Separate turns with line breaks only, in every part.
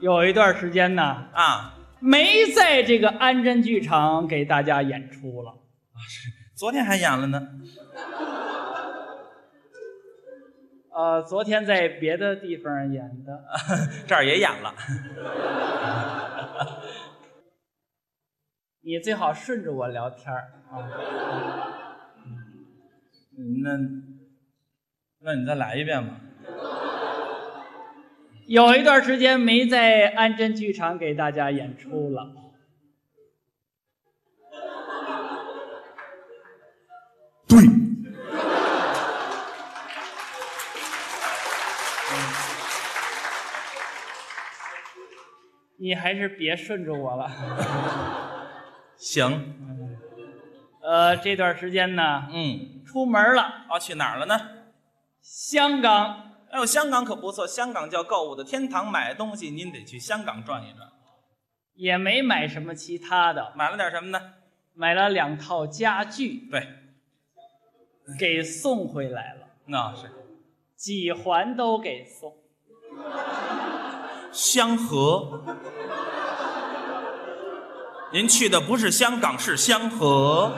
有一段时间呢，
啊，
没在这个安贞剧场给大家演出了。
昨天还演了呢。
呃，昨天在别的地方演的，
这儿也演了，
你最好顺着我聊天儿啊。
嗯那那你再来一遍吧。
有一段时间没在安贞剧场给大家演出了。
对，
你还是别顺着我了。
行，
呃，这段时间呢，
嗯，
出门了，
啊，去哪儿了呢？
香港
哎呦，香港可不错，香港叫购物的天堂，买东西您得去香港转一转。
也没买什么其他的，
买了点什么呢？
买了两套家具
对，
给送回来了，
那是
几环都给送。
香河。您去的不是香港，是香河。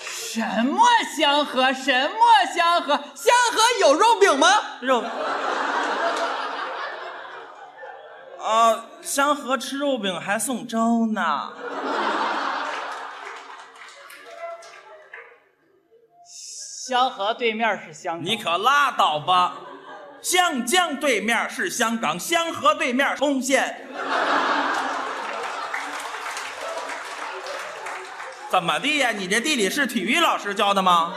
什么香河？什么香河？香河有肉饼吗？
肉。啊，香河吃肉饼还送粥呢。
香河对面是香港，
你可拉倒吧！湘江对面是香港，香河对面冲县。怎么地呀？你这地理是体育老师教的吗？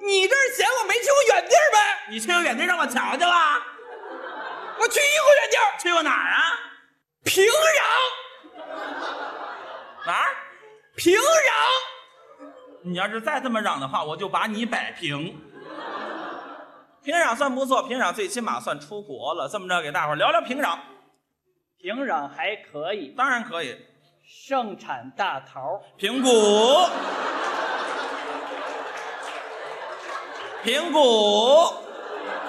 你这是嫌我没去过远地儿呗？
你去过远地让我瞧瞧啊！
我去一过远地儿，
去过哪儿啊？
平壤，
哪儿？
平壤，
你要是再这么嚷的话，我就把你摆平。平壤算不错，平壤最起码算出国了。这么着，给大伙儿聊聊平壤，
平壤还可以，
当然可以。
盛产大桃。
平谷，平谷，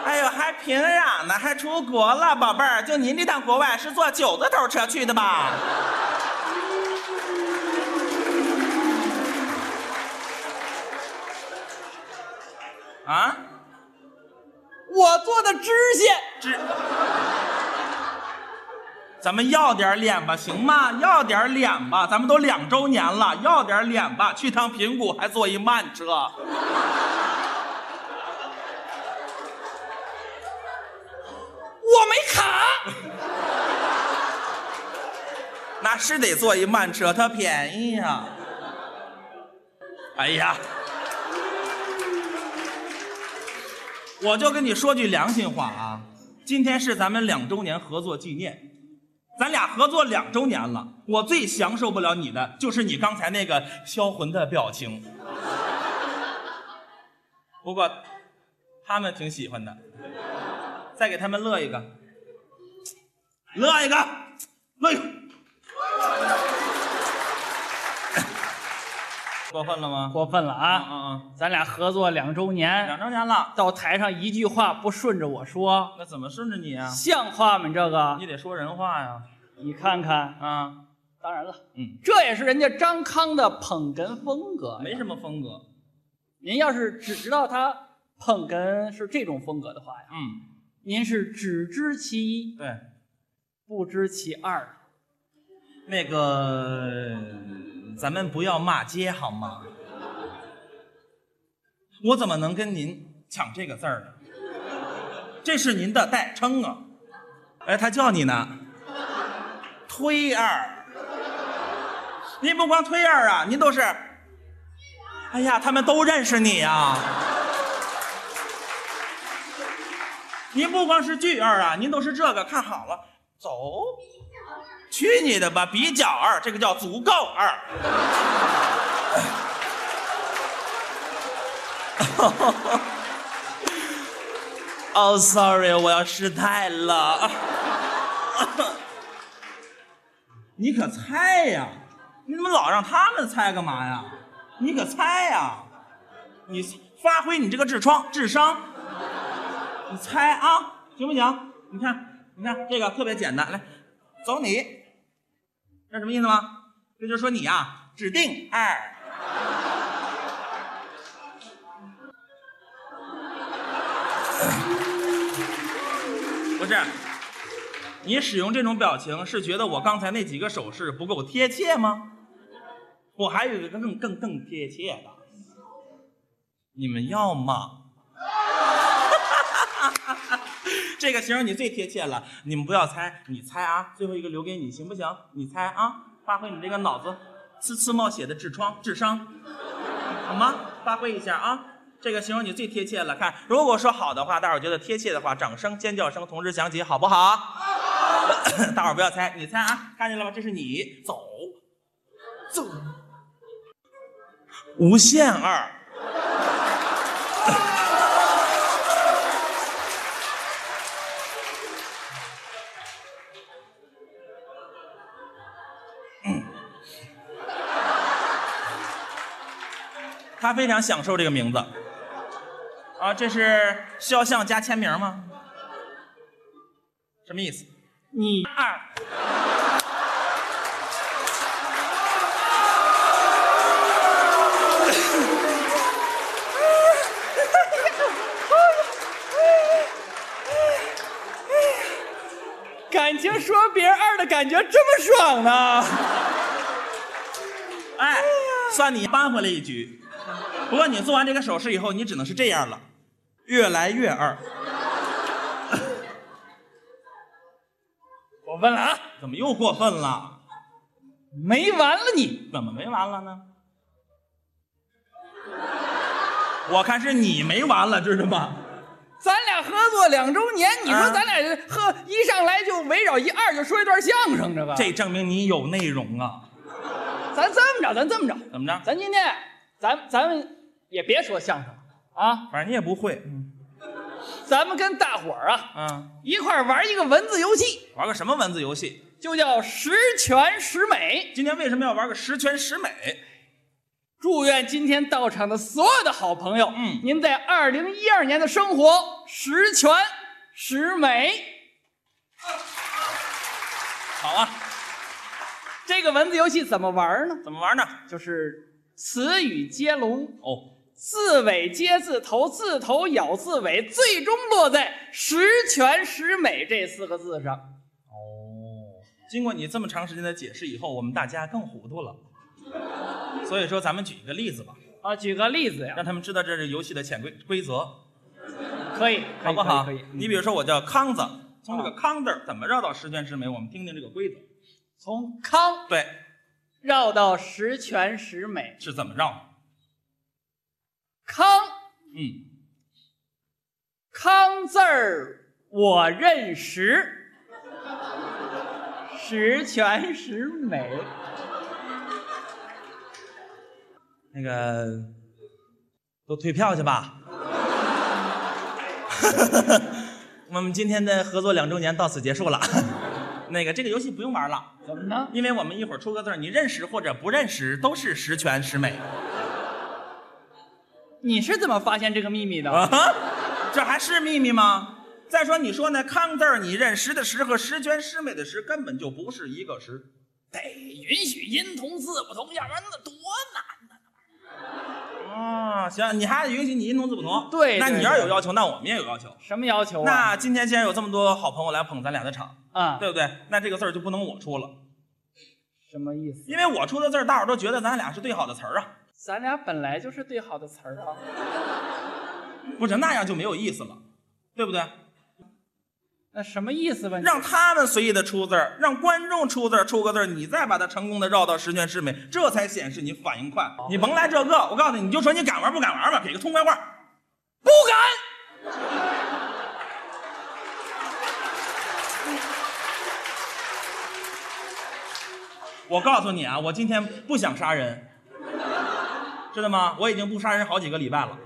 哎呦，还平壤呢，还出国了，宝贝儿，就您这趟国外是坐九字头车去的吧？啊，
我做的知县。
这，咱们要点脸吧，行吗？要点脸吧，咱们都两周年了，要点脸吧。去趟平谷还坐一慢车，
我没卡，
那是得坐一慢车，它便宜呀、哎呀，我就跟你说句良心话啊，今天是咱们两周年合作纪念，咱俩合作两周年了，我最享受不了你的就是你刚才那个销魂的表情。不过，他们挺喜欢的，再给他们乐一个，乐一个，乐一个。过分了吗？
过分了
啊
啊！
啊！
咱俩合作两周年，
啊
两周年了，
到台上一句话不顺着我说，
那怎么顺着你啊？
像话吗？这个
你得说人话呀！
你看看，
啊，
当然了，
嗯，
这也是人家张康的捧哏风格。
没什么风格。
您要是只知道他捧哏是这种风格的话呀，
嗯，
您是只知其一
对，
不知其二。
那个，咱们不要骂街好吗？我怎么能跟您抢这个字儿呢？这是您的代称啊！哎，他叫你呢，推二。您不光推二啊，您都是，哎呀，他们都认识你啊呀、您不光是剧二啊，您都是这个，看好了，走。去你的吧！比较二，这个叫足够二。 哦、s o r r y 我要失态了。你可猜呀？你怎么老让他们猜干嘛呀？你可猜呀、你发挥你这个智窗智商，你猜啊，行不行？你看，你看这个特别简单，来，走你，这什么意思吗？这就是说你呀、指定哎二。不是，你使用这种表情是觉得我刚才那几个手势不够贴切吗？我还有一个更更更贴切的，你们要吗？ 这个形容你最贴切了，你们不要猜，你猜啊，最后一个留给你，行不行？你猜啊，发挥你这个脑子，次次冒险的痔疮智商，好吗？发挥一下啊，这个形容你最贴切了。看，如果说好的话，大伙儿觉得贴切的话，掌声、尖叫声同时响起，好不好？大伙儿不要猜，你猜啊，看见了吗？这是你，走，走，无限二。他非常享受这个名字。啊，这是肖像加签名吗？什么意思？啊
你
二。
感情说别人二的感觉这么爽呢？
哎，算你扳回来一局。不过你做完这个手势以后，你只能是这样了，越来越二。
我问了啊，
怎么又过分了？
没完了你！
怎么没完了呢？我看是你没完了，知道吗？
咱俩合作两周年，你说
啊
咱俩喝一上来就围绕一二就说一段相声，这个
这证明你有内容啊。
咱这么着，咱这么着，
怎么着？
咱今天咱咱们也别说相声了啊，
反正你也不会。嗯
咱们跟大伙儿啊
啊，
一块儿玩一个文字游戏，
玩个什么文字游戏？
就叫十全十美。
今天为什么要玩个十全十美？
祝愿今天到场的所有的好朋友，
嗯
您在二零一二年的生活十全十美。
好啊，
这个文字游戏怎么玩呢？
怎么玩呢？
就是词语接龙，
哦，
字尾接字头，字头咬字尾，最终落在“十全十美”这四个字上。
哦，经过你这么长时间的解释以后，我们大家更糊涂了。所以说，咱们举一个例子吧，
啊，举个例子呀，
让他们知道这是游戏的潜规规则，
啊可以，可
好
以
不好？
可以，可以嗯啊
你比如说，我叫康子，从这个康字儿怎么绕到十全十美，我们听听这个规则。
从康
对，
绕到十全十美，
是怎么绕？
康
嗯，
康字儿我认识，十全十美。
那个都退票去吧。 我们今天的合作两周年到此结束了。 那个这个游戏不用玩了。
怎么呢？
因为我们一会儿出个字儿，你认识或者不认识都是十全十美
你是怎么发现这个秘密的？
啊！这还是秘密吗？再说你说那康字儿，你认识的十和十全十美的十根本就不是一个十。
得允许音同字不同，要不然那多难呢、
啊，行，你还允许你音同字不同。
对
那
对
你要是有
对
要求，那我们也有要求。
什么要求啊？
那今天既然有这么多好朋友来捧咱俩的场，
啊，
对不对？那这个字儿就不能我出了，
什么意思？
因为我出的字儿，大伙儿都觉得咱俩是对好的词儿啊，
咱俩本来就是对好的词儿啊。
不是那样就没有意思了，对不对？
那什么意思吧？
让他们随意的出字儿，让观众出字儿，出个字儿，你再把它成功的绕到十全十美，这才显示你反应快。你甭来这个，我告诉你，你就说你敢玩不敢玩吧，给个痛快话。
不敢。
我告诉你啊，我今天不想杀人，知道吗？我已经不杀人好几个礼拜了。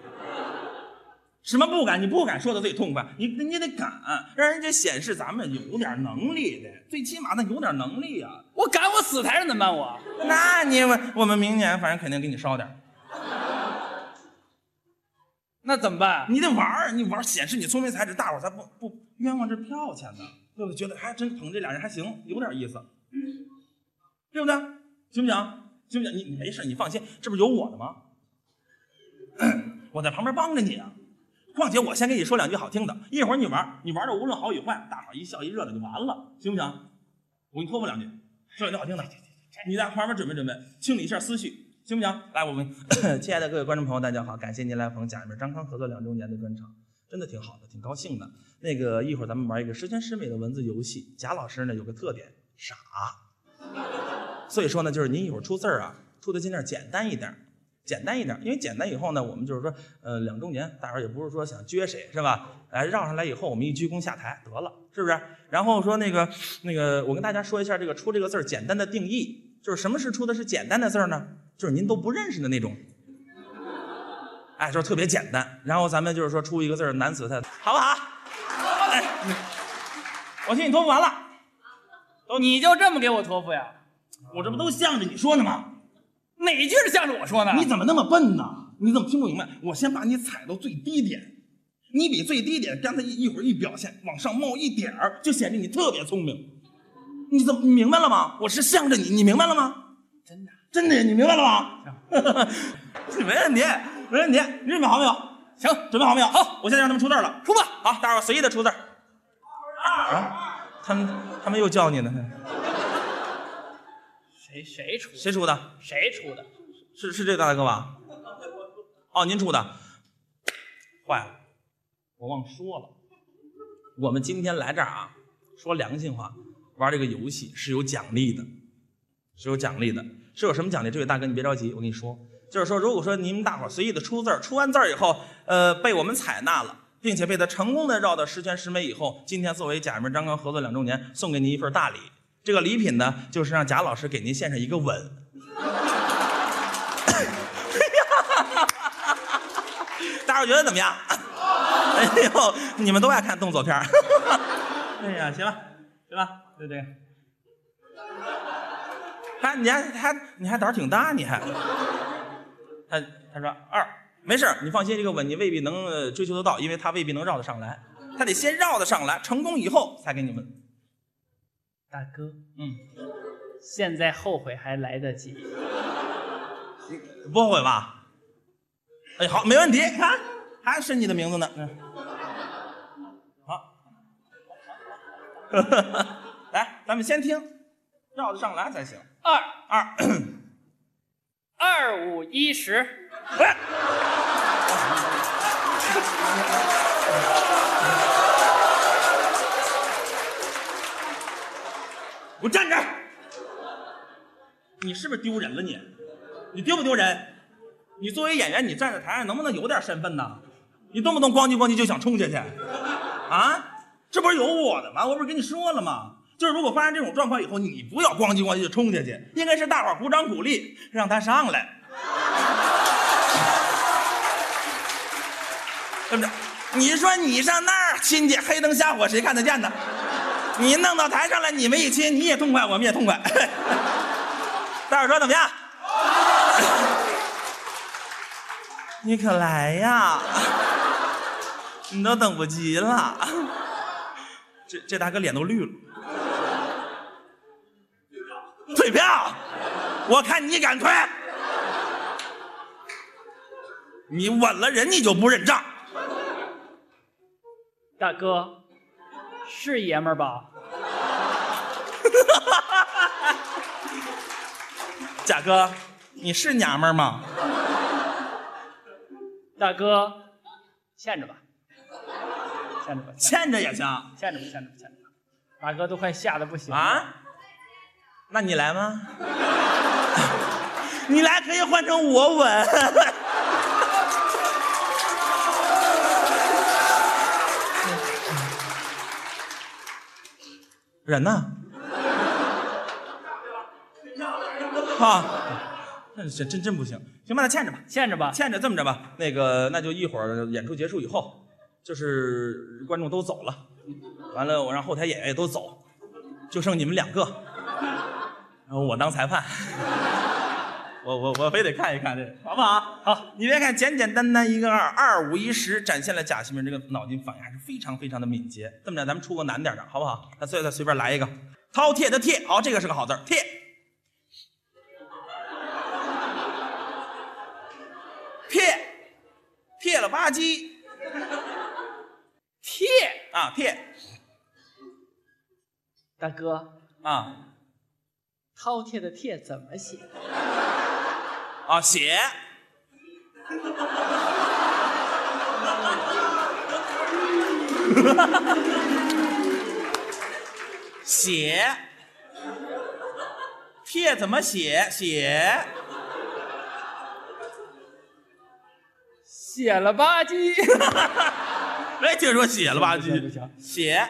什么不敢？你不敢说的最痛快，你你得敢，让人家显示咱们有点能力的，最起码那有点能力啊。
我敢，我死台上怎么办？我
那你们我们明年反正肯定给你烧点儿。
那怎么办？
你得玩儿，你玩儿显示你聪明才智，大伙儿才不不冤枉这票钱呢，对不对？觉得还真捧这俩人还行，有点意思，对不对？行不行？行不行？你你没事，你放心，这不是有我呢吗？我在旁边帮着你啊。况且我先跟你说两句好听的，一会儿你玩儿，你玩儿的无论好与坏，大伙儿一笑一热闹就完了，行不行？我给你托付两句，说两句好听的，你在旁边准备准备，清理一下思绪，行不行？来，我们 亲爱的各位观众朋友，大家好，感谢您来捧贾一鸣、张康合作两周年的专场，真的挺好的，挺高兴的。那个一会儿咱们玩一个十全十美的文字游戏，贾老师呢有个特点，傻，所以说呢，就是您一会儿出字儿啊，出的尽量简单一点儿。简单一点儿，因为简单以后呢，我们就是说，呃，两周年，大伙儿也不是说想撅谁，是吧？哎，绕上来以后，我们一鞠躬下台得了，是不是？然后说那个那个，我跟大家说一下这个“出”这个字儿简单的定义，就是什么是出的是简单的字儿呢？就是您都不认识的那种，哎，就是特别简单。然后咱们就是说出一个字儿难死他，好不好？哎，你我替你托付完了，
你就这么给我托付呀？
我这不都向着你说呢吗？
哪句是向着我说呢？
你怎么那么笨呢？你怎么听不明白？啊我先把你踩到最低点，你比最低点刚才一一会儿一表现往上冒一点儿，就显得你特别聪明。你怎么你明白了吗？我是向着你，你明白了吗？真的，真的，你明白了吗？ 没问题，没问题，你准备好没有？
行，
准备好没有？好，我现在让他们出字儿了。
出吧。
好，大伙儿随意的出字儿。啊，他们他们又叫你呢，
谁谁出？
谁出的？
谁出的？
是是这大哥吧？哦，您出的，坏了，我忘说了，我们今天来这儿啊，说良心话，玩这个游戏是有奖励的，是有奖励的，是有什么奖励？这位大哥你别着急，我跟你说，就是说，如果说您们大伙儿随意的出字儿，出完字儿以后，呃，被我们采纳了。并且被他成功的绕到十全十美以后，今天作为贾明张刚合作两周年，送给您一份大礼。这个礼品呢，就是让贾老师给您献上一个吻。大伙儿觉得怎么样？哎呦，你们都爱看动作片儿。 哎呀，行吧，行吧，就这个。还你还还你还胆儿挺大，你还。他他说二没事儿你放心，这个吻你未必能呃追求得到，因为他未必能绕得上来，他得先绕得上来，成功以后才给你们。
大哥，
嗯，
现在后悔还来得及。
不后悔吧？哎，好，没问题，看还是你的名字呢。嗯，好， 来，咱们先听，绕得上来才行。
二
二，
二五一十，
我站这儿。你是不是丢人了你？你丢不丢人？你作为演员，你站在台上能不能有点身份呢？你动不动咣叽咣叽就想冲下去，啊？这不是有我的吗？我不是跟你说了吗？就是如果发生这种状况以后，你不要咣叽咣叽就冲下去，应该是大伙儿鼓掌鼓励，让他上来，对不对？你说你上那儿亲去，黑灯瞎火，谁看得见呢？你弄到台上来，你们一亲，你也痛快，我们也痛快。 大伙儿说怎么样？ 你可来呀！你都等不及了。这这大哥脸都绿了。退票！我看你敢退！你吻了人，你就不认账。
大哥，是爷们儿吧？
贾哥，你是娘们儿吗？
大哥，欠着吧，欠着吧，
欠着也行
欠着吧，欠着吧，欠着吧。大哥都快吓得不行了！
啊？那你来吗？ 你来可以换成我吻。 人呢？啊，那真真真不行，行吧，那欠着吧。
欠着吧，
欠着这么着吧，那个那就一会儿演出结束以后，就是观众都走了，完了我让后台演员也都走，就剩你们两个，然后我当裁判， 我我我非得看一看这个，好不好？好，你别看简简单单一个二，二五一十，展现了贾新明这个脑筋反应还是非常非常的敏捷。这么着，咱们出个难点的，好不好？咱随再随便来一个，饕餮的餮，好，这个是个好字儿，餮。撇，撇了吧唧
贴，
啊，撇
大哥，
啊
饕餮的餮怎么写？
啊，写写，撇怎么写？写
写了吧唧，
没哎听说写了吧
不行不
唧
行，
写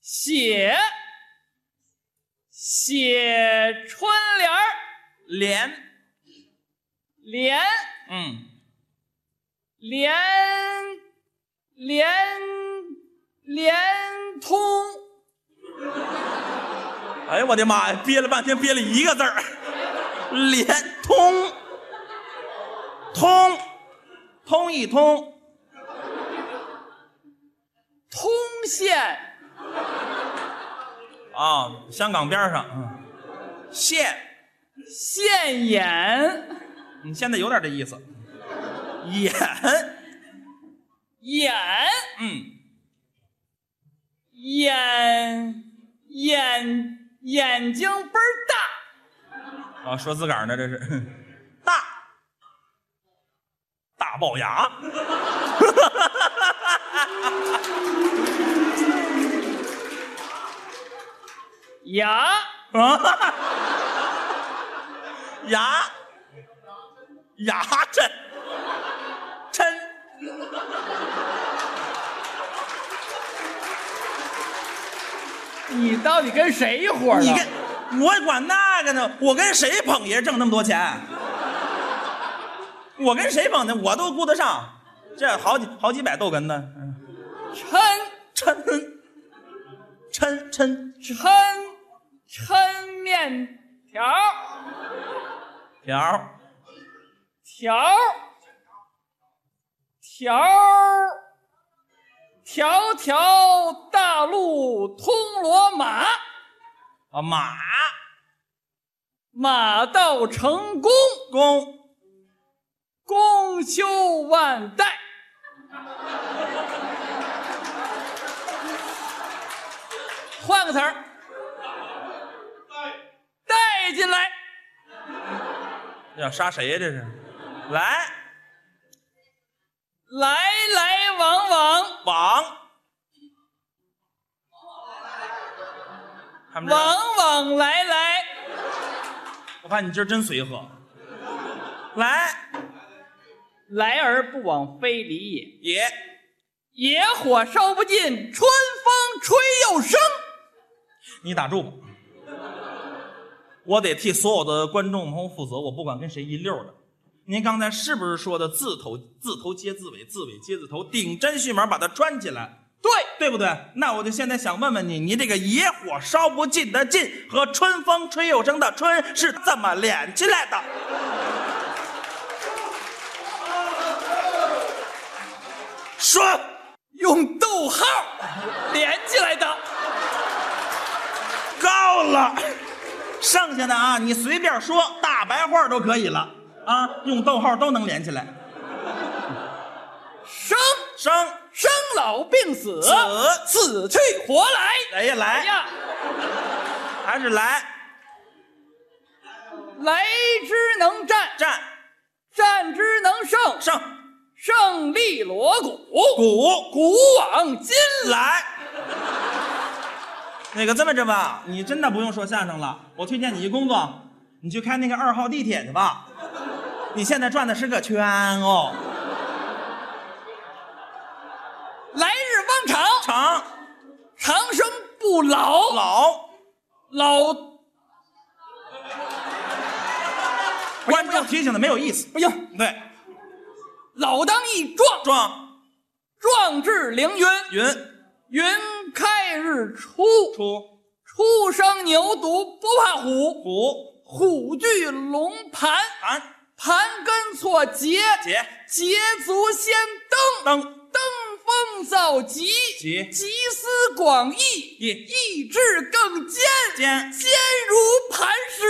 写写春联儿，
连，
联
嗯，
联联联通，
哎呦我的妈呀，憋了半天，憋了一个字儿，连通，通，通一通，
通县
啊，香港边上，嗯，县，
现眼
你嗯现在有点这意思，眼，
眼
嗯，
眼眼眼睛倍儿大，
啊，说自个儿呢，这是， 大，大龅牙，
牙
啊， 牙，牙碜，碜，
你到底跟谁一伙儿
你
了？
跟我管那个呢？我跟谁捧爷挣那么多钱？我跟谁捧的？我都顾得上，这好几好几百豆根呢。嗯
抻
抻，抻抻
抻抻面条儿
条儿
条儿条儿条条大路通罗马，
啊马
马到成功，
公
功修万代。换个词儿，带进来，
要杀谁哎呀？这是，来
来来往往。
往，他们这
往往来来，
我看你今儿真随和。来
来而不往非礼也。
也
野火烧不尽，春风吹又生。
你打住吧，我得替所有的观众朋友负责，我不管跟谁一溜儿的。您刚才是不是说的字头字头接字尾，字尾接字头，顶针续卯把它穿起来，
对，
对不对？那我就现在想问问你，你这个野火烧不尽的尽和春风吹又生的春是怎么连起来的？说，
用逗号连起来的。
高了，剩下的啊，你随便说，大白话都可以了啊，用逗号都能连起来。
生
生，
生老病死，
死
死去活来。
来呀
哎
来，
呀，
还是来
来之能战，
战
战之能胜，
胜
胜利锣鼓，
鼓
古往今来。
来。那个这么着吧，你真的不用说相声了，我推荐你一工作，你去开那个二号地铁去吧。你现在转的是个圈哦，
来日方长，
长
长生不老，
老，
老
观众提醒的没有意思。
不行，
对，
哎老当益壮。
壮
壮志凌云，
云
云开日出，
出
初生牛犊不怕虎，
虎
虎踞龙盘，
盘
盘根错节，
节
捷足先登，
登
登峰造极，
极
集思广益，
一
意志更坚，
尖
坚如磐石。